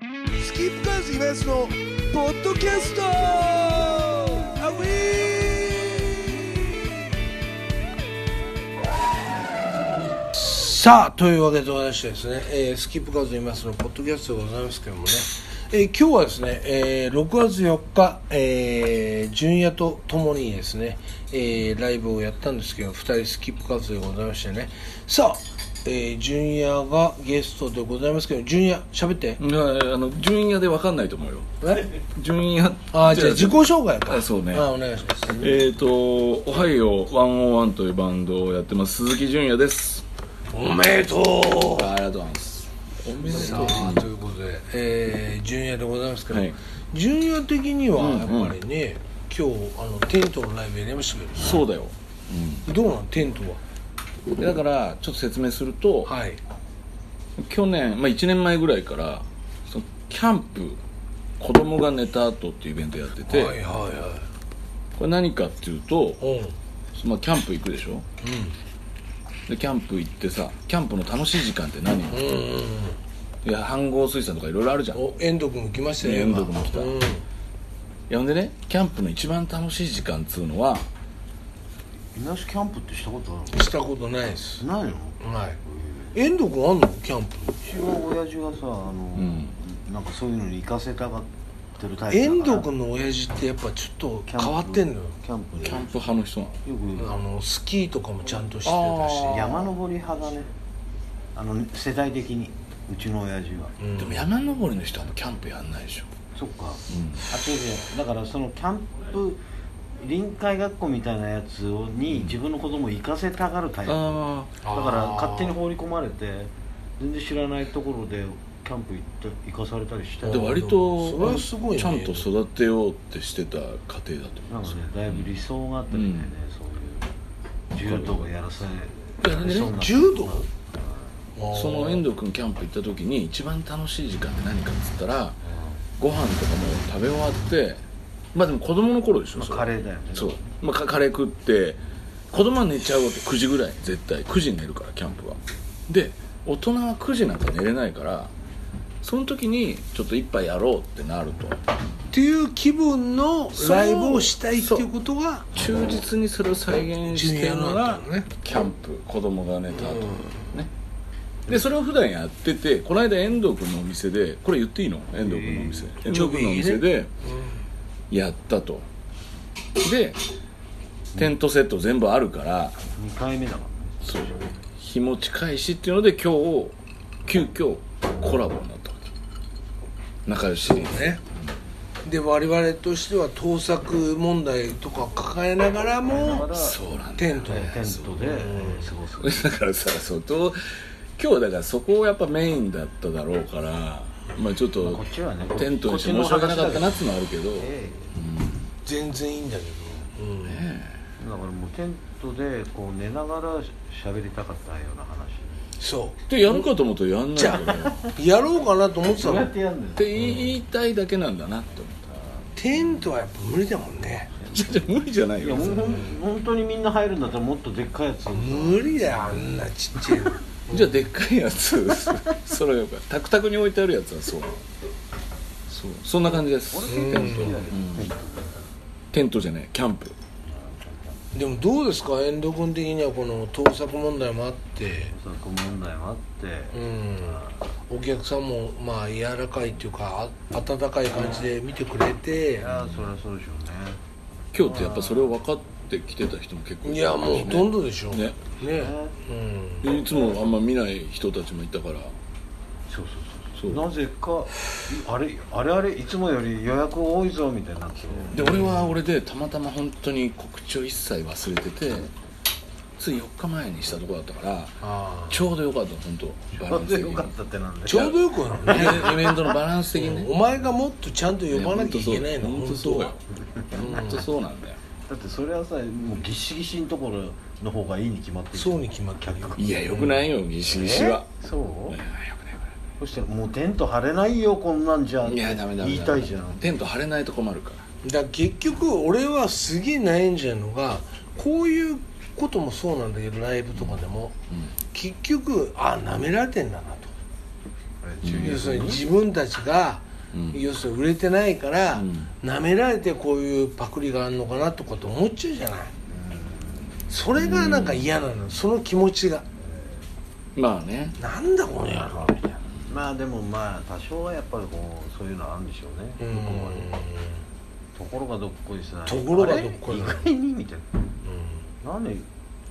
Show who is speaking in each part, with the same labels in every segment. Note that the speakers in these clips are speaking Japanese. Speaker 1: キープカーズイベントのポッドキャストアウィーさあというわけでございましてですね、えースキップカーズイベントのポッドキャストでございますけどもね、えー今日はですね、えー6月4日、えー、純也とともにですね、えーライブをやったんですけど2人スキップカーズでございましてねさあ、えー、純也がゲストでございますけど純也喋って
Speaker 2: いやあの順位で分かんないと思うよ
Speaker 1: え
Speaker 2: 順位や
Speaker 1: あーじゃあ自己紹介か
Speaker 2: あそうね
Speaker 1: あお願いします
Speaker 2: えっ、ー、と「おはよう101」というバンドをやってます鈴木純也です
Speaker 1: おめでと
Speaker 2: ありがとうございますおめで
Speaker 1: うさあということで、えー、純也でございますけど、
Speaker 2: はい
Speaker 1: 純也的には
Speaker 2: うんうん
Speaker 1: やっぱりね、今日あのテントのライブやりましたけ
Speaker 2: そうだよ
Speaker 1: どどうなんテントは
Speaker 2: でだからちょっと説明すると、
Speaker 1: はい
Speaker 2: 去年、まあ、1年前ぐらいからそのキャンプ子供が寝た後っていうイベントやってて、
Speaker 1: はいはいは
Speaker 2: これ何かっていうと、
Speaker 1: いうんうん
Speaker 2: まあ、キャンプ行くでしょでキャンプ行ってさキャンプの楽しい時間って何、い
Speaker 1: うんうんうん
Speaker 2: や飯合水産とかいろいろあるじゃん
Speaker 1: お遠藤君も来ましたよ
Speaker 2: ね
Speaker 1: 今
Speaker 2: 遠藤君も来た
Speaker 1: うん
Speaker 2: いやほんでねキャンプの一番楽しい時間っつうのは
Speaker 3: みなしキャンプってしたことあ
Speaker 1: したことないです
Speaker 3: るのないの
Speaker 1: はい遠藤君あんのキャンプ
Speaker 3: うちの親父がさあの、
Speaker 2: ん
Speaker 3: なんかそういうのに行かせたがってるタイプ
Speaker 1: 遠
Speaker 3: だから
Speaker 1: 藤君の親父ってやっぱちょっと
Speaker 3: キャンプ
Speaker 1: 変わってんのよ
Speaker 3: キャンプに
Speaker 2: キャンプ派の人なの
Speaker 3: よ
Speaker 1: あのスキーとかもちゃんとしてたし
Speaker 2: あー
Speaker 3: 山登り派だねあの世代的にうちの親父は
Speaker 1: うん
Speaker 2: でも山登りの人はもうキャンプやんないでしょ
Speaker 3: そっか、あ違う違うだからそのキャンプ臨海学校みたいなやつをに自分の子供を行かせたがるタイプ、
Speaker 2: あ
Speaker 3: だから勝手に放り込まれて全然知らないところでキャンプ行って行かされたりして
Speaker 1: あー
Speaker 2: で割
Speaker 1: それはすごい
Speaker 2: と
Speaker 1: ね
Speaker 2: ちゃんと育てようってしてた家庭だと思
Speaker 3: な
Speaker 2: うん
Speaker 3: ん
Speaker 2: で
Speaker 3: か
Speaker 2: す
Speaker 3: ね
Speaker 2: よ
Speaker 3: だいぶ理想があったみたいね、そういう柔道をやらせ
Speaker 2: やね
Speaker 3: そうな
Speaker 1: 柔道
Speaker 2: その遠藤君キャンプ行った時に一番楽しい時間って何かっつったらご飯とかもう食べ終わってまあでも子供の頃でしょ
Speaker 3: まあ
Speaker 2: それ
Speaker 3: カレーだよね
Speaker 2: そう、まあ、カカレー食って子供は寝ちゃうわけ9時ぐらい絶対9時に寝るからキャンプはで大人は9時なんか寝れないからその時にちょっと一杯やろうってなると
Speaker 1: っていう気分のライブをしたいっていうことが
Speaker 2: 忠実にそれを再現してるのが
Speaker 1: ジュニアなんだよね
Speaker 2: キャンプ子供が寝た後ねでそれを普段やっててこの間遠藤君のお店でこれ言っていいの遠藤君のお店遠藤君のお店でやったとでテントセット全部あるから
Speaker 3: 2回目だから
Speaker 2: そう日も近いしっていうので今日急遽コラボになったわけ仲良しで
Speaker 1: ねで我々としては盗作問題とかを抱えながらも
Speaker 2: そうなんだ
Speaker 1: テントで
Speaker 3: ねテントで過ごす
Speaker 2: だからさそうと今日だからそこをやっぱメインだっただろうからまあちょっと
Speaker 3: こっちはね
Speaker 2: テントにして申し訳なかったなっつうのはあるけど
Speaker 3: え
Speaker 1: 全然いいんだけど、うん
Speaker 3: えだからもうテントでこう寝ながら喋りたかったような話
Speaker 1: そ
Speaker 2: でやるかと思うとやんない
Speaker 1: じ
Speaker 2: よ
Speaker 1: ゃ
Speaker 2: ね
Speaker 1: うやろうかなと思ってた
Speaker 3: どうや
Speaker 1: の
Speaker 3: ってやるん
Speaker 2: っ
Speaker 3: だ
Speaker 2: て
Speaker 3: よ
Speaker 2: 言いたいだけなんだなって思っ
Speaker 1: テントはやっぱ無理だもんね
Speaker 2: たじゃじゃ無理じゃない
Speaker 3: い
Speaker 2: よ
Speaker 3: やもうほん本当にみんな入るんだったらもっとでっかいやつ
Speaker 1: 無理だよあんなちっちゃい の
Speaker 2: じゃあでっかいやつそれよかタクタクに置いてあるやつはそうそうそんな感じです
Speaker 3: 俺
Speaker 2: テ
Speaker 3: テン
Speaker 2: ン
Speaker 3: ト好きだ
Speaker 2: ト
Speaker 3: けどテント
Speaker 2: テントじゃないキャンプ
Speaker 1: でもどうですか遠藤君的にはこの盗作問題もあって
Speaker 3: そうこう問題もあって
Speaker 1: うん、お客さんもまあ柔らかいっていうかあ温かい感じで見てくれ
Speaker 3: い
Speaker 1: て
Speaker 3: やーそりゃそうでしょうね
Speaker 2: 今日ってやっぱそれを分かってきてた人も結構
Speaker 1: いやもうほとんどでしょ
Speaker 2: ね
Speaker 1: ね
Speaker 3: ね
Speaker 1: うん
Speaker 2: いつもあんま見ない人たちもいたから
Speaker 3: そうそう
Speaker 2: そ
Speaker 3: そううなぜかいあれあれあれいつもより予約多いぞみたいになって
Speaker 2: で俺は俺でたまたま本当に告知を一切忘れててつい4日前にしたとこだったから
Speaker 1: あ
Speaker 2: ちょうどよかったの本当バランス
Speaker 3: で
Speaker 2: 的
Speaker 3: よ
Speaker 2: に
Speaker 3: かったってなんで
Speaker 1: あちょうどよくなる
Speaker 2: イ
Speaker 1: ね
Speaker 2: ベイベントのバランス的にね
Speaker 1: お前がもっとちゃんと呼ばなきゃいけないの
Speaker 2: 本
Speaker 1: 本
Speaker 2: 当
Speaker 1: 当
Speaker 2: そうよ
Speaker 1: は
Speaker 2: 本当そうなんだよ
Speaker 3: だってそれはさもうぎっしぎしのところの方がいいに決まってる
Speaker 1: そうに決まってるよ
Speaker 2: いやよくないよギシギシは
Speaker 3: えそう
Speaker 2: いやよくないよ
Speaker 3: そしたらもうテント張れないよこんなんじ
Speaker 2: く
Speaker 3: ゃ
Speaker 2: ないいやダメダメダメ
Speaker 3: 言いたいじゃん
Speaker 2: テント張れないと困るから
Speaker 1: だから結局俺はすげえ悩んじゃうのがこういうこともそうなんだけどライブとかでも、結局ああなめられてんだなと
Speaker 3: えジュニア
Speaker 1: 要するに
Speaker 3: に
Speaker 1: 自分たちが
Speaker 2: うん
Speaker 1: 要するに売れてないから、
Speaker 2: うん
Speaker 1: 舐められてこういうパクリがあるのかなとかって思っちゃうじゃない、それがなんか嫌なのその気持ちが
Speaker 2: まあね
Speaker 1: なんだこの野郎みたいな
Speaker 3: まあでもまあ多少はやっぱりこうそういうのはあるんでしょうね、
Speaker 1: うん
Speaker 3: 向こうはねところがどっこいですね
Speaker 1: ところがどっこい
Speaker 3: あれ意外にみたいななんで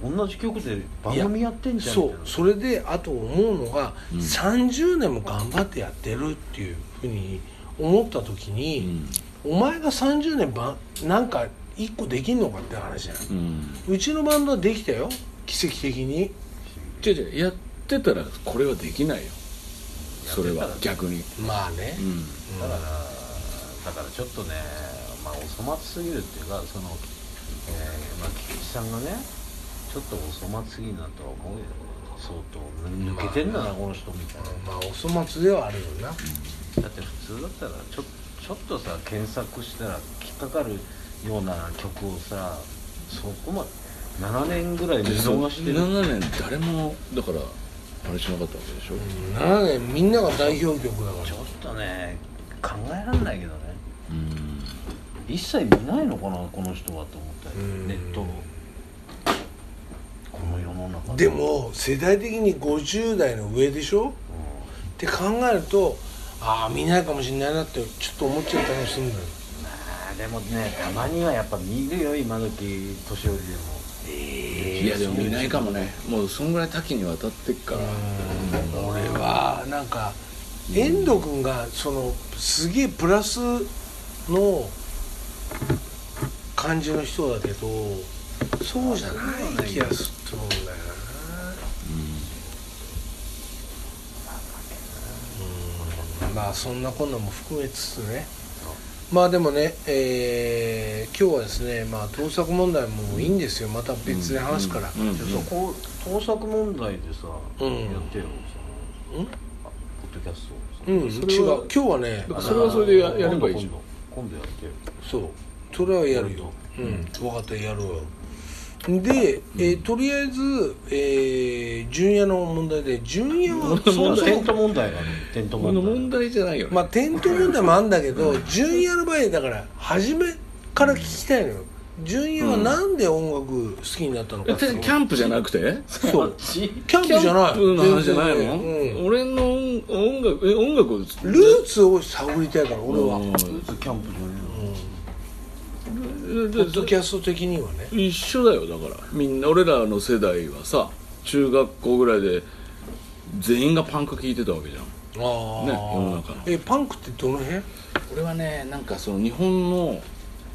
Speaker 3: 同じ曲で番組やってんじゃんみ
Speaker 1: そ
Speaker 3: たいうな
Speaker 1: それであと思うのが、
Speaker 2: うん
Speaker 1: 30年も頑張ってやってるっていうふうに思った時
Speaker 2: う
Speaker 1: に、
Speaker 2: ん
Speaker 1: お前が30年ばなんか1個できんのかって話じゃん
Speaker 2: うん
Speaker 1: うちのバンドはできたよ奇跡的に
Speaker 2: 違う違うやってたらこれはできないよそれは
Speaker 3: やってたら
Speaker 2: 逆に
Speaker 1: まあね
Speaker 2: う、ん
Speaker 3: だからだからちょっとねまあお粗末すぎるっていうかその、えーまあ、菊池さんがねちょっとお粗末すぎるなとは思うよ相当抜けてんだなこの人みたいな
Speaker 1: まあお粗末ではあるよな、
Speaker 3: だって普通だったらちょちょっとさ検索したら引っかかるような曲をさそこまで7年ぐらい見
Speaker 2: でそ
Speaker 3: 逃してる
Speaker 2: 7年誰もだからあれしなかったわけでしょ、
Speaker 1: 7年みんなが代表曲だか
Speaker 3: ちょ
Speaker 1: ら
Speaker 3: っとね考えられないけどね
Speaker 2: うん
Speaker 3: 一切見ないのかなこの人はと思ったよ
Speaker 1: うん
Speaker 3: ネットをこの世の中
Speaker 1: でも世代的に50代の上でしょって考えるとああ見ないかもしれないなってちょっと思っちゃったりするんだよ
Speaker 3: あーでもねたまにはやっぱ見るよ今時年寄りでもえ
Speaker 2: いやでも見ないかもねもうそんぐらい多岐にわたってっから
Speaker 1: 俺はなんか遠藤君がそのすげえプラスの感じの人だけどそうじゃない気がするんだよなうんまあそんなこんなも含めつつねまあでもね、えー今日はですね、まあ、盗作問題もいいんですよまた別で話すから、
Speaker 2: うんうん
Speaker 3: じゃあそこ盗作問題でさ、
Speaker 1: うん
Speaker 3: やってよそ
Speaker 1: ん
Speaker 3: のあポッドキャスト
Speaker 1: う
Speaker 3: を
Speaker 1: ん、違う今
Speaker 2: それは
Speaker 1: 日はね
Speaker 2: それはそれでややればいいじゃん
Speaker 3: 今度今度やってよ
Speaker 1: そうそれはやるよ、う
Speaker 2: うんん、
Speaker 1: 分かったやるわで、えーとりあえず、えー、純也の問題で純也 はそもそ
Speaker 3: テント
Speaker 1: も
Speaker 3: 問題がねテント
Speaker 2: この問
Speaker 3: 問題
Speaker 2: 題じゃないよね、
Speaker 1: まあ転倒問題もあるんだけど純也の場合だから初めから聞きたいのよ純也はなんで音楽好きになったのか
Speaker 2: え
Speaker 1: って
Speaker 2: て
Speaker 1: いう
Speaker 2: キャンプじゃなくて
Speaker 1: そうキャンプ
Speaker 2: キャ
Speaker 1: じゃない
Speaker 2: ンプの話じゃないの、
Speaker 1: 全然うん
Speaker 2: 俺の音音楽え音楽を
Speaker 1: ルーツを探りたいから俺は、
Speaker 2: うん
Speaker 3: スーツキャンプじゃね
Speaker 2: で
Speaker 1: ポ
Speaker 2: で
Speaker 1: ッドキャスト的にはね
Speaker 2: 一緒だよだからみんな俺らの世代はさ中学校ぐらいで全員がパンク聴いてたわけじゃん
Speaker 1: ああ、
Speaker 2: ね世の中の
Speaker 1: えパンクってどの辺
Speaker 2: 俺はねなんかその日本の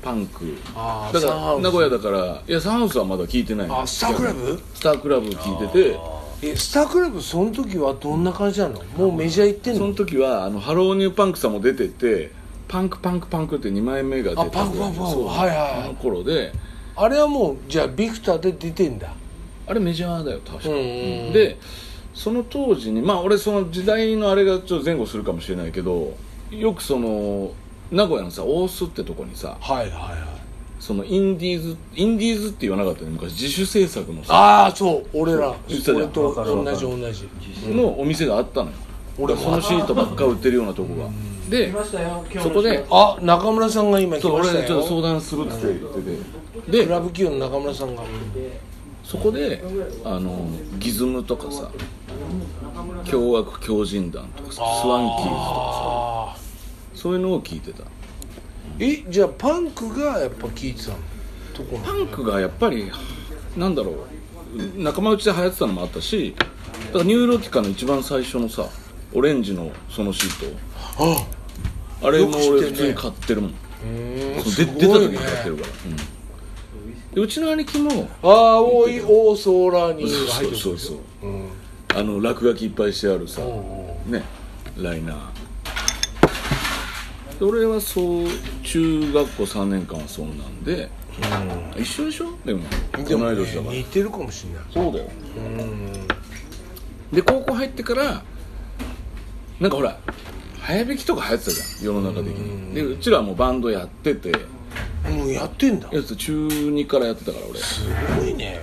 Speaker 2: パンク
Speaker 1: あー
Speaker 2: だか
Speaker 1: サンハウ
Speaker 2: ら
Speaker 1: ス
Speaker 2: 名古屋だからいやサンハウスはまだ聴いてないの
Speaker 1: あスタークラブ
Speaker 2: スタークラブ聴いて
Speaker 3: え
Speaker 2: て
Speaker 3: の
Speaker 1: えスタークラブその時はどんな感じなのもうメジャー行ってん
Speaker 2: その
Speaker 1: の
Speaker 2: 時はあのハローニューパンクさんも出ててパンクパンクパンクって2枚目が出て
Speaker 1: あパンクパンクパンク
Speaker 2: そう
Speaker 1: はいはいはい
Speaker 2: あの頃で
Speaker 1: あれはもうじゃあビクターで出てんだ
Speaker 2: あれメジャーだよ確か
Speaker 1: うんうん
Speaker 2: でその当時にまあ俺その時代のあれがちょっと前後するかもしれないけどよくその名古屋のさ大須ってとこにさ
Speaker 1: はいはいはい
Speaker 2: そのインディーズインディーズって言わなかったね昔自主制作のさ
Speaker 1: ああそう俺ら
Speaker 2: 言ってたじゃん
Speaker 1: 俺と
Speaker 3: わかるわ
Speaker 1: 同
Speaker 3: かる
Speaker 1: じ同じ
Speaker 2: のお店があったのよ
Speaker 1: 俺
Speaker 2: 俺
Speaker 1: も
Speaker 2: そのシートばっか売ってるようなとこがで
Speaker 3: したよ今
Speaker 2: そこで
Speaker 1: あ中村さんが今来
Speaker 2: そう
Speaker 1: ま
Speaker 2: 俺
Speaker 1: した
Speaker 2: ちょっと
Speaker 1: よ
Speaker 2: 相談するっつって言ってて
Speaker 1: ク
Speaker 2: で
Speaker 1: ラブ級の中村さんが
Speaker 2: そこであのギズムとかさ凶悪狂人団とかさスワンキーズとか
Speaker 1: ああ
Speaker 2: さそういうのを聞いてた
Speaker 1: えじゃあパンクがやっぱ聴いてたのとこ
Speaker 2: パ
Speaker 1: なの
Speaker 2: ンクがやっぱりなんだろう仲間内で流行ってたのもあったしだからニューロティカの一番最初のさオレンジのそのシー
Speaker 1: あ
Speaker 2: トあれも
Speaker 1: よく知
Speaker 2: 俺
Speaker 1: ってるね
Speaker 2: 普通に買ってるもん、
Speaker 1: うーん
Speaker 2: その出
Speaker 1: す
Speaker 2: 出た
Speaker 1: ごい
Speaker 2: 時
Speaker 1: ね
Speaker 2: に買ってるから、うん、でうちの兄貴も
Speaker 1: 青い大空にが
Speaker 2: そ
Speaker 1: 入っ
Speaker 2: う
Speaker 1: て
Speaker 2: そう
Speaker 1: る
Speaker 2: そう
Speaker 1: うん
Speaker 2: あの落書きいっぱいしてあるさ
Speaker 1: うんうん
Speaker 2: ねライナーで俺はそう中学校3年間はそうなんで一緒でしょでも
Speaker 1: でも
Speaker 2: 同い
Speaker 1: ね
Speaker 2: 年だから
Speaker 1: 似てるかもしれない
Speaker 2: そうだよ
Speaker 1: うん
Speaker 2: で高校入ってからなんかほら早弾きとか流行ってたじゃん世の中的にでうちらはもうバンドやってて
Speaker 1: もうやってんだ
Speaker 2: やつ中2からやってたから俺
Speaker 1: すごいね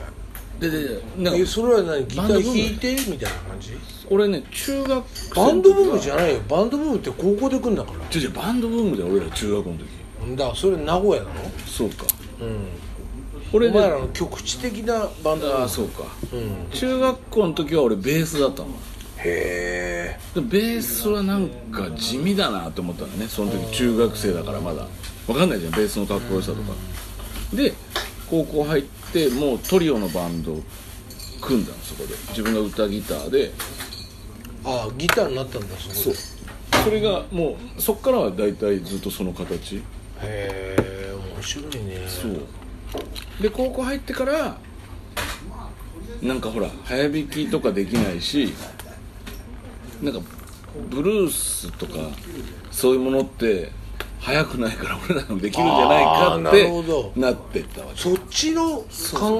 Speaker 2: でででなん
Speaker 1: え
Speaker 2: か
Speaker 1: それは何ギタ
Speaker 2: バンドブ
Speaker 1: ー
Speaker 2: ーム
Speaker 1: 弾いてみたいな感じ
Speaker 2: 俺ね中学生
Speaker 1: バンドブームじ
Speaker 2: ゃ
Speaker 1: ゃないよバンドブームって高校で来んだから
Speaker 2: 違う違うバンドブームで俺ら中学校の時
Speaker 1: だからそれ名古屋なの
Speaker 2: そうか
Speaker 1: うん
Speaker 2: これ
Speaker 1: お
Speaker 2: で
Speaker 1: 前らの局地的なバンド
Speaker 2: あ
Speaker 1: だ
Speaker 2: あそうか
Speaker 1: うん
Speaker 2: 中学校の時は俺ベースだったの
Speaker 1: へえ
Speaker 2: でベースはなんか地味だなって思ったのねその時中学生だからまだ分かんないじゃんベースのかっこよさとかで高校入ってもうトリオのバンドを組んだのそこで自分が歌ギターで
Speaker 1: ああギターになったんだそこで
Speaker 2: そうそれがもうそっからは大体ずっとその形
Speaker 1: へえ面白いね
Speaker 2: そうで高校入ってからなんかほら早弾きとかできないしなんかブルースとかそういうものって早くないから俺らでもできるんじゃない
Speaker 1: あー
Speaker 2: か
Speaker 1: な
Speaker 2: っ
Speaker 1: るほど
Speaker 2: てなってったわけ
Speaker 1: そっちの考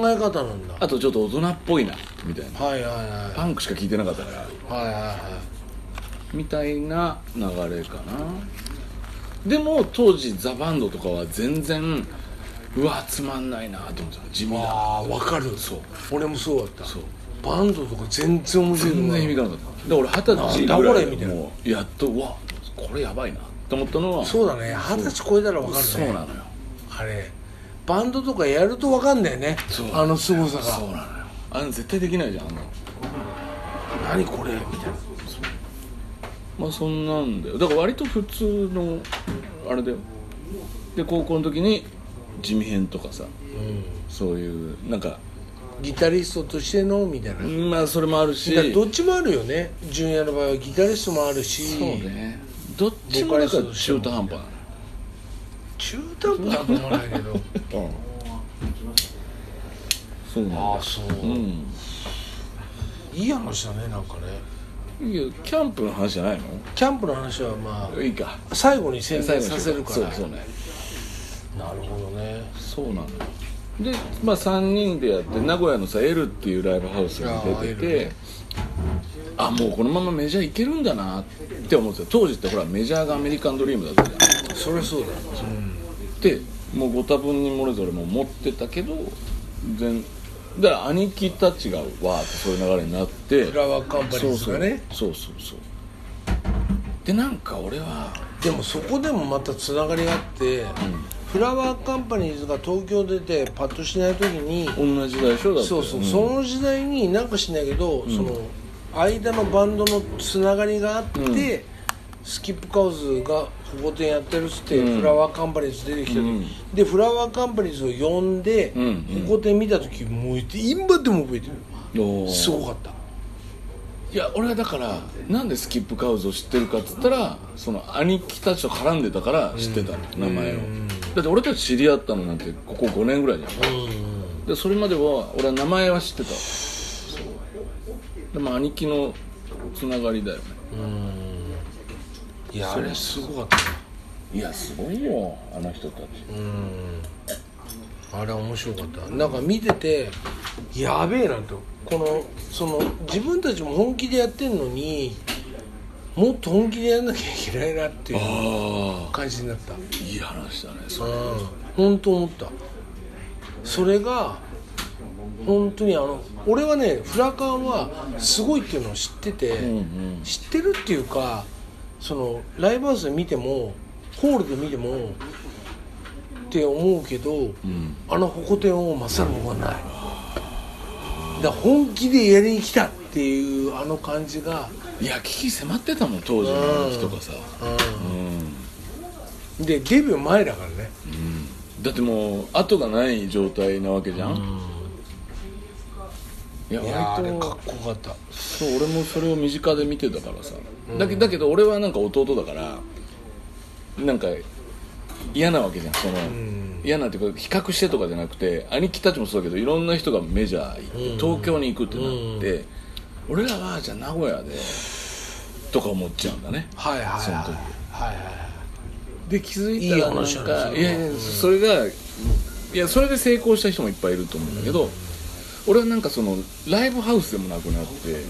Speaker 1: え方なんだ
Speaker 2: あとちょっと大人っぽいなみたいな
Speaker 1: はいはいは
Speaker 2: パンクしか聴いてなかったから
Speaker 1: いはいはいは
Speaker 2: みたいな流れかなでも当時ザ・バンドとかは全然うわつまんないなと思ってた地味
Speaker 1: い
Speaker 2: だ
Speaker 1: ああ分かる
Speaker 2: そう
Speaker 1: 俺もそうだった
Speaker 2: そう
Speaker 1: バンドとか全然面白い
Speaker 2: 全然響
Speaker 1: が
Speaker 2: かなかったで俺二十歳
Speaker 1: なん
Speaker 2: ぐ
Speaker 1: だこ
Speaker 2: ら
Speaker 1: れ
Speaker 2: いでもうやっとうわこれやばいなと思ったのは
Speaker 1: そうだね二十歳超えたら分かるね
Speaker 2: そうなのよ
Speaker 1: あれバンドとかやると分かんだよね
Speaker 2: そう
Speaker 1: あの凄さ
Speaker 2: そう
Speaker 1: が
Speaker 2: なのよあの絶対できないじゃんあんなの
Speaker 1: 何これみたいな
Speaker 2: まあそんなんだよだから割と普通のあれだよで高校の時に地味編とかさそういうなんか
Speaker 1: ギタリストとしてのみたいな
Speaker 2: まあそれもあるし
Speaker 1: だからどっちもあるよね純也の場合はギタリストもあるし
Speaker 2: そうねどっちもなんか中途半端な
Speaker 1: 中途半端だと思わないけ ど
Speaker 2: のうんそうなんだ
Speaker 1: ああそう、
Speaker 2: うん
Speaker 1: いい話だねなんかね
Speaker 2: いやキャンプの話じゃない
Speaker 1: キャンプの話はま
Speaker 2: のいいか
Speaker 1: あ最後に宣
Speaker 2: 最
Speaker 1: 伝
Speaker 2: 後に
Speaker 1: させるから
Speaker 2: そうそうね
Speaker 1: なるほどね
Speaker 2: そうなのよでまあ3人でやって名古屋のさ L っていうライブハウスに出て
Speaker 1: あー L
Speaker 2: て
Speaker 1: ね
Speaker 2: あもうこのままメジャーいけるんだなって思ってた当時ってほらメジャーがアメリカンドリームだったじゃ
Speaker 1: そりゃそうだよ、
Speaker 2: んでもうご多分にもれぞれもう持ってたけど全だから兄貴たちがわーってそういう流れになって
Speaker 1: フラワーカンパニーズがね
Speaker 2: そうそうそうそうでなんか俺は
Speaker 1: でもそこでもまたつながりがあって、フラワーカンパニーズが東京出てパッとしない時に
Speaker 2: 同じ代でしょだって
Speaker 1: そうそう、
Speaker 2: ん
Speaker 1: その時代になんかしないけど、その間のバンドのつながりがあって、スキップカウズが保護店やってるっつって、フラワーカンパニーズ出てきた時、
Speaker 2: うん
Speaker 1: でフラワーカンパニーズを呼んで、
Speaker 2: うんうん
Speaker 1: 保護店見た時もう今でも覚えてる、
Speaker 2: おー
Speaker 1: すごかった
Speaker 2: いや俺はだからなんでスキップカウズを知ってるかっつったらその兄貴たちと絡んでたから知ってたの、名前をだって俺たち知り合ったのなんてここ5年ぐらいじゃん、でそれまでは俺は名前は知ってたでも兄貴のつながりだよね
Speaker 1: いやあれすごかった
Speaker 2: いやすごいよあの人たち、
Speaker 1: あれ面白かったなんか見ててやべえなとこのその自分たちも本気でやってんのにもっと本気でやんなきゃいけないなっていう
Speaker 2: あ
Speaker 1: 感じになったうん
Speaker 2: あいい話だねそれ
Speaker 1: 本当思ったそれが本当にあの俺はねフラカンはすごいっていうのを知ってて、知ってるっていうかそのライブハウスで見てもホールで見てもって思うけど、あのホコ天を勝るものはないだから本気でやりに来たっていうあの感じが、
Speaker 2: いや危機迫ってたもん当時の兄貴とかさ、
Speaker 1: うんでデビュー前だからね
Speaker 2: だってもう後がない状態なわけじゃん、いや
Speaker 1: いやーあ
Speaker 2: 割
Speaker 1: れかっ
Speaker 2: と
Speaker 1: こよかった
Speaker 2: そう俺もそれを身近で見てたからさ、だけだけど俺はなんか弟だからなんか嫌なわけじゃんその、嫌なっていうか比較してとかじゃなくて兄貴たちもそうだけどいろんな人がメジャー行って、東京に行くってなって、俺らはじゃあ名古屋でとか思っちゃうんだね
Speaker 1: はいはいはい
Speaker 2: その時
Speaker 1: はいはいはい
Speaker 2: で気づいたらなん
Speaker 1: いい話なん
Speaker 2: か
Speaker 1: ですよ
Speaker 2: いやいやそれがいやそれで成功した人もいっぱいいると思うんだけど、俺はなんかそのライブハウスでもなくなって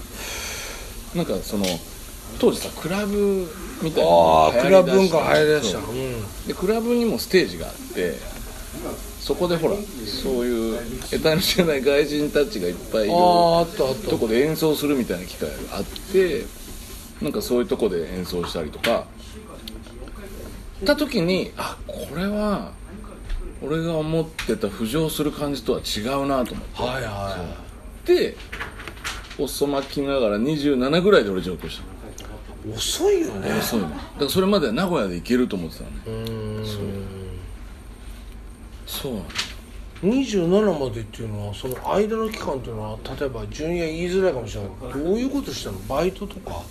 Speaker 2: なんかその当時さクラブみたいなの
Speaker 1: あ
Speaker 2: が
Speaker 1: あク
Speaker 2: 流行
Speaker 1: ラブ
Speaker 2: りだし
Speaker 1: 文化流行りだした
Speaker 2: そう
Speaker 1: うん
Speaker 2: でクラブにもステージがあってそこでほらそういう得体の知れない外人たちがいっぱいいる
Speaker 1: あああったあった
Speaker 2: とこで演奏するみたいな機会があってなんかそういうとこで演奏したりとかた時にあこれは俺が思ってた浮上する感じとは違うなと思
Speaker 1: はいはいは
Speaker 2: って遅まきながら27ぐらいで俺上京した
Speaker 1: い遅いよね
Speaker 2: 遅いのだからそれまでは名古屋で行けると思ってたのね
Speaker 1: うん
Speaker 2: そうなの
Speaker 1: 27までっていうのはその間の期間っていうのは例えば純也言いづらいかもしれないけどどういうことしたのバイトとか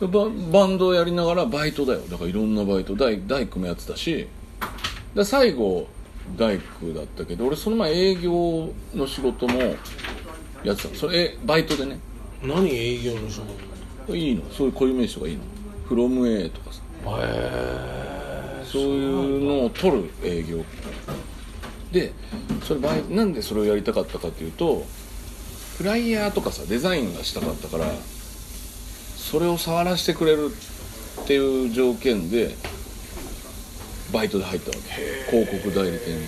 Speaker 2: ババンドをやりながらバイトだよだからいろんなバイト大大工もやってたしで最後大工だったけど俺その前営業の仕事もやってたのそれえバイトでね
Speaker 1: 何営業の仕事
Speaker 2: いいのそういう固有名詞とかいいの「フロム A」とかさそういうのを取る営業でそれバイなんでそれをやりたかったかっていうとフライヤーとかさデザインがしたかったからそれを触らせてくれるっていう条件でバイトで入ったわけ広告代理店に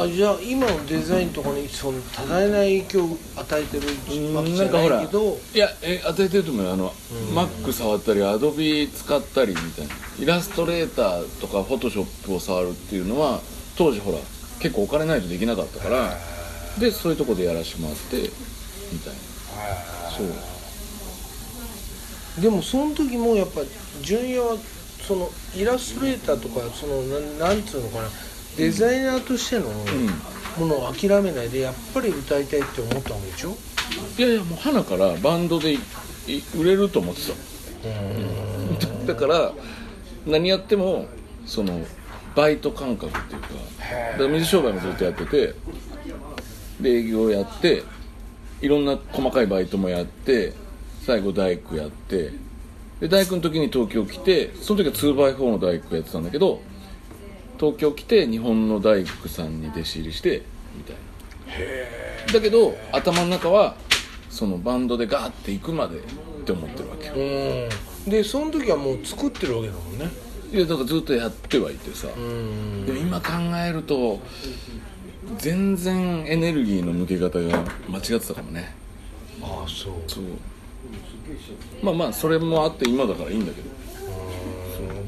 Speaker 1: あじゃあ今のデザインとかにその多大な影響を与えてるわけじ
Speaker 2: な
Speaker 1: ゃ
Speaker 2: んかほ
Speaker 1: な
Speaker 2: ら
Speaker 1: いけど
Speaker 2: いやえ当ててると思うよあの、マック触ったりアドビ使ったりみたいなイラストレーターとかフォトショップを触るっていうのは当時ほら結構お金ないとできなかったからでそういうとこでやらしてもらってみたいなそう
Speaker 1: でもその時もやっぱ純也はそのイラストレーターとかそのなんなんつうのかなデザイナーとしてのものを諦めないでやっぱり歌いたいって思ったわけでしょ
Speaker 2: いやいやもう花からバンドでいい売れると思ってただから何やってもそのバイト感覚っていうかだから水商売もずっとやっててで営業やっていろんな細かいバイトもやって最後大工やってで大工の時に東京来てその時は 2x4 の大工やってたんだけど東京来て日本の大工さんに弟子入りしてみたいなだけど頭の中はそのバンドでガーって行くまでって思ってるわけよ
Speaker 1: うんでその時はもう作ってるわけだもんね
Speaker 2: いやだからずっとやってはいてさ
Speaker 1: うん
Speaker 2: でも今考えると全然エネルギーの向け方が間違ってたかもね
Speaker 1: ああそう
Speaker 2: そうまあまあそれもあって今だからいいんだけど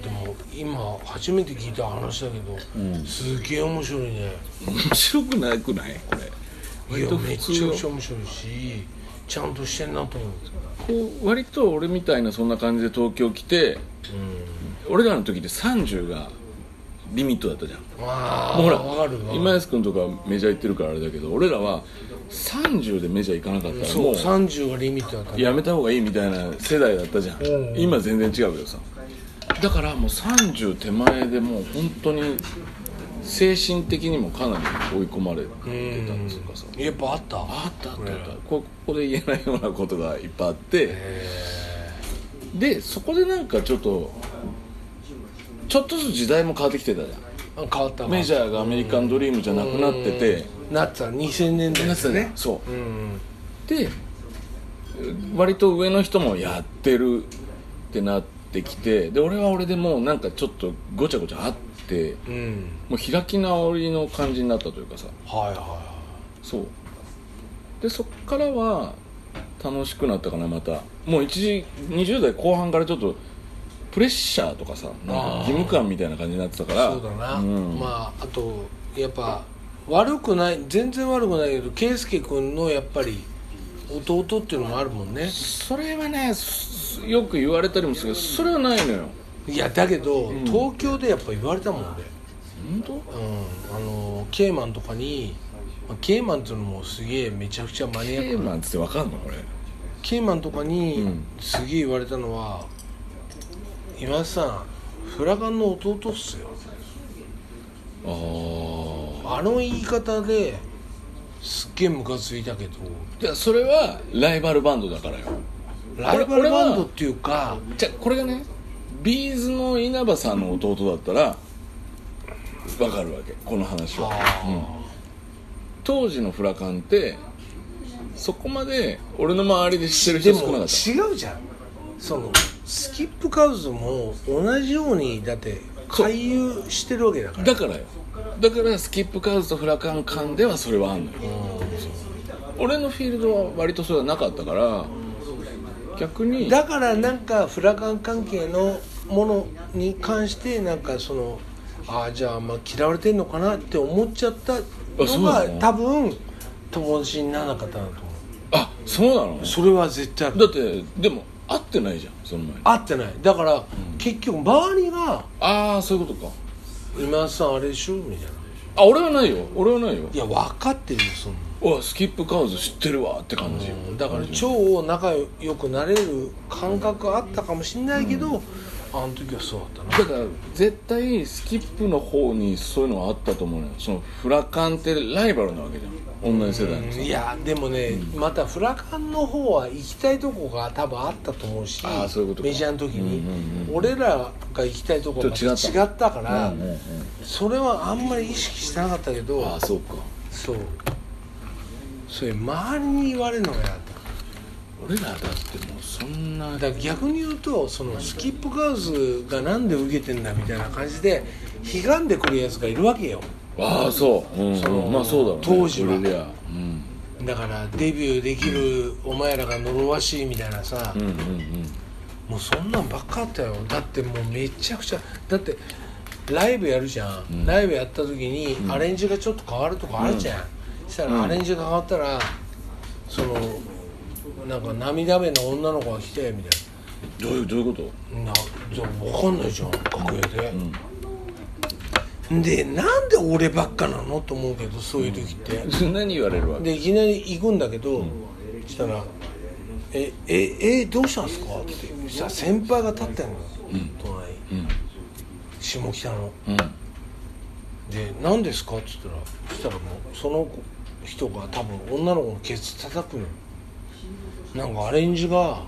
Speaker 1: でも今初めて聞いた話だけど、すげえ面白いね
Speaker 2: 面白くなくないこ
Speaker 1: い
Speaker 2: れ割
Speaker 1: や
Speaker 2: と
Speaker 1: め
Speaker 2: 普
Speaker 1: っちゃ
Speaker 2: 通
Speaker 1: くちゃ面白いしちゃんとしてんなと思う
Speaker 2: こう割と俺みたいなそんな感じで東京来て俺らの時って30がリミットだったじゃん
Speaker 1: ああ
Speaker 2: もうほら
Speaker 1: 分かるわ
Speaker 2: 今安君とかメジャー行ってるからあれだけど俺らは30でメジャー行かなかったら
Speaker 1: そ
Speaker 2: も
Speaker 1: う
Speaker 2: う
Speaker 1: 30がリミットだったね
Speaker 2: やめた方がいいみたいな世代だったじゃん
Speaker 1: うん
Speaker 2: 今全然違うけどさだからもう30手前でもう本当に精神的にもかなり追い込まれてたんですかさ
Speaker 1: やっぱあった
Speaker 2: あったあったあったこここで言えないようなことがいっぱいあってでそこでなんかちょっとちょっとずつ時代も変わってきてたじゃん
Speaker 1: あ変わった
Speaker 2: メジャーがアメリカンドリームじゃなくなってて
Speaker 1: ーなってた2000年代ですね
Speaker 2: そう
Speaker 1: うん
Speaker 2: で割と上の人もやってるってなってきてで俺は俺でもうなんかちょっとごちゃごちゃあって
Speaker 1: うん
Speaker 2: もう開き直りの感じになったというかさ
Speaker 1: はいはいは
Speaker 2: そうでそっからは楽しくなったかなまたもう一時20代後半からちょっとプレッシャーとかさなんか義務感みたいな感じになってたか
Speaker 1: い
Speaker 2: ら
Speaker 1: そうだな、
Speaker 2: ん
Speaker 1: まああとやっぱ悪くない全然悪くないけど圭佑君のやっぱり弟っていうのもあるもんね
Speaker 2: それはねすよく言われたりもするけどそれはないのよ
Speaker 1: いやだけど、東京でやっぱ言われたもん俺
Speaker 2: 本当
Speaker 1: うんあのケイマンとかに、まあ、ケイマンっていうのもすげえめちゃくちゃマニアック
Speaker 2: テーマつってわかんのこれ
Speaker 1: ケイマンとかに
Speaker 2: うん
Speaker 1: すげえ言われたのは「今田さんフラガンの弟っすよ
Speaker 2: あ」
Speaker 1: あの言い方ですっげえムカついたけど
Speaker 2: あいやそれはライバルバンドだからよ
Speaker 1: ライバルバンドっていうか
Speaker 2: じゃあこれがねビーズの稲葉さんの弟だったらわかるわけこの話は、うん当時のフラカンってそこまで俺の周りで知ってる
Speaker 1: で
Speaker 2: 人少なか
Speaker 1: も違
Speaker 2: った
Speaker 1: うじゃんそのスキップカウズも同じようにだって
Speaker 2: そう
Speaker 1: 回遊してるわけだから
Speaker 2: だからよだからスキップカーズとフラカン間ではそれはあんのよそう俺のフィールドは割とそれはなかったから逆に
Speaker 1: だからなんかフラガン関係のものに関してなんかそのああじゃあまあ嫌われてんのかなって思っちゃった
Speaker 2: そう
Speaker 1: の
Speaker 2: な
Speaker 1: が
Speaker 2: の
Speaker 1: 多分友達にならなかったなと思
Speaker 2: あそうなの
Speaker 1: うそれは絶対ある
Speaker 2: だってでも会ってないじゃんその前に
Speaker 1: 合ってないだから、結局周りが
Speaker 2: ああそういうことか
Speaker 1: 「今田さんあれでしょ?」みたいな
Speaker 2: あ俺はないよ俺はないよ
Speaker 1: いや分かってるよそんな
Speaker 2: おいスキップカーズ知ってるわって感じよ
Speaker 1: うんだから超仲良くなれる感覚あったかもしれないけど、あの時はそうだったな
Speaker 2: だから絶対スキップの方にそういうのがあったと思うのよそのフラカンってライバルなわけじゃん同じ世代のさ
Speaker 1: いやでもね、またフラカンの方は行きたいとこが多分あったと思うし
Speaker 2: あーそういうことか
Speaker 1: メジャーの時に、俺らが行きたいとこが
Speaker 2: ちょっと違った
Speaker 1: 違ったから、
Speaker 2: うんうんうん
Speaker 1: それはあんまり意識してなかったけど
Speaker 2: ああそうか
Speaker 1: そうそれ周りに言われるのが嫌だった
Speaker 2: 俺らだってもうそんな
Speaker 1: だから逆に言うとそのスキップガーズがなんで受けてんだみたいな感じで悲願でくるやつがいるわけよ
Speaker 2: ああそう、うんうん
Speaker 1: その
Speaker 2: まあそうだろう、ね、
Speaker 1: 当時は
Speaker 2: 俺りゃうん
Speaker 1: だからデビューできるお前らが呪わしいみたいなさ、
Speaker 2: うんうんうん
Speaker 1: もうそんなんばっかあったよだってもうめちゃくちゃだってライブやるじゃん、ライブやった時にアレンジがちょっと変わるとかあるじゃん、そしたらアレンジが変わったら、そのなんか涙目の女の子が来てみたいな
Speaker 2: どういうどういうこと
Speaker 1: なじゃあ分かんないじゃん楽屋で、でなんで俺ばっかなのと思うけどそういう時って、
Speaker 2: 何言われるわけ
Speaker 1: でいきなり行くんだけど、したら「えええどうしたんですか?」ってそしたら先輩が立ってんの、隣、下北の
Speaker 2: うん
Speaker 1: で「何ですか?」っつったらそしたらもうその子人が多分女の子のケツ叩くのよなんかアレンジが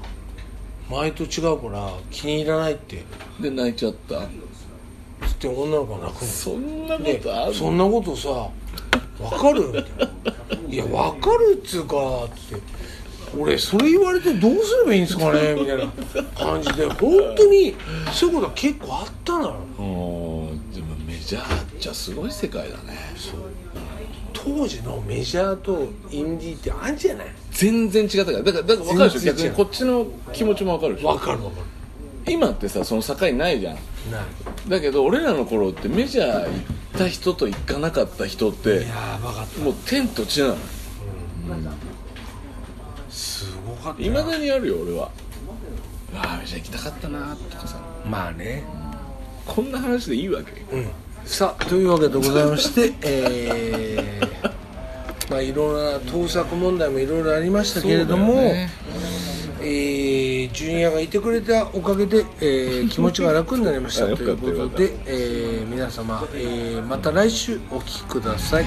Speaker 1: 前と違うから気に入らないって
Speaker 2: で泣いちゃった
Speaker 1: つって女の子が泣くの
Speaker 2: そんなこ
Speaker 1: で
Speaker 2: とある
Speaker 1: そんなことさわかる?」 みたいな「いやわかるっつうか」つって「俺それ言われてどうすればいいんですか ね」みたいな感じで本当にそういうことは結構あったのよ
Speaker 2: おーでもメジャーじゃすごい世界だね
Speaker 1: 当時のメジャーとインディーってあんじゃない
Speaker 2: 全然違ったからだからだから分かるでしょ
Speaker 1: 全
Speaker 2: 逆
Speaker 1: 然違う
Speaker 2: にこっちの気持ちも分かるでしょ
Speaker 1: わかるわか
Speaker 2: 今ってさその境ないじゃん
Speaker 1: るない
Speaker 2: だけど俺らの頃ってメジャー行った人と行かなかった人って
Speaker 1: いやーわかった
Speaker 2: もう天と地なの
Speaker 1: すごかった
Speaker 2: い
Speaker 1: よ
Speaker 2: まだにあるよ俺はああメジャー行きたかったなとかさ
Speaker 1: まあね
Speaker 2: こんな話でいいわけ
Speaker 1: うんさあというわけでございまして えーまあいろんな盗作問題もいろいろありましたけれども、
Speaker 2: そうだよね
Speaker 1: えー、ジュニアがいてくれたおかげで、えー気持ちが楽になりまし
Speaker 2: あ
Speaker 1: た
Speaker 2: よ
Speaker 1: と
Speaker 2: かっ
Speaker 1: い
Speaker 2: た
Speaker 1: うことで、えー皆様、えーまた来週お聴きください。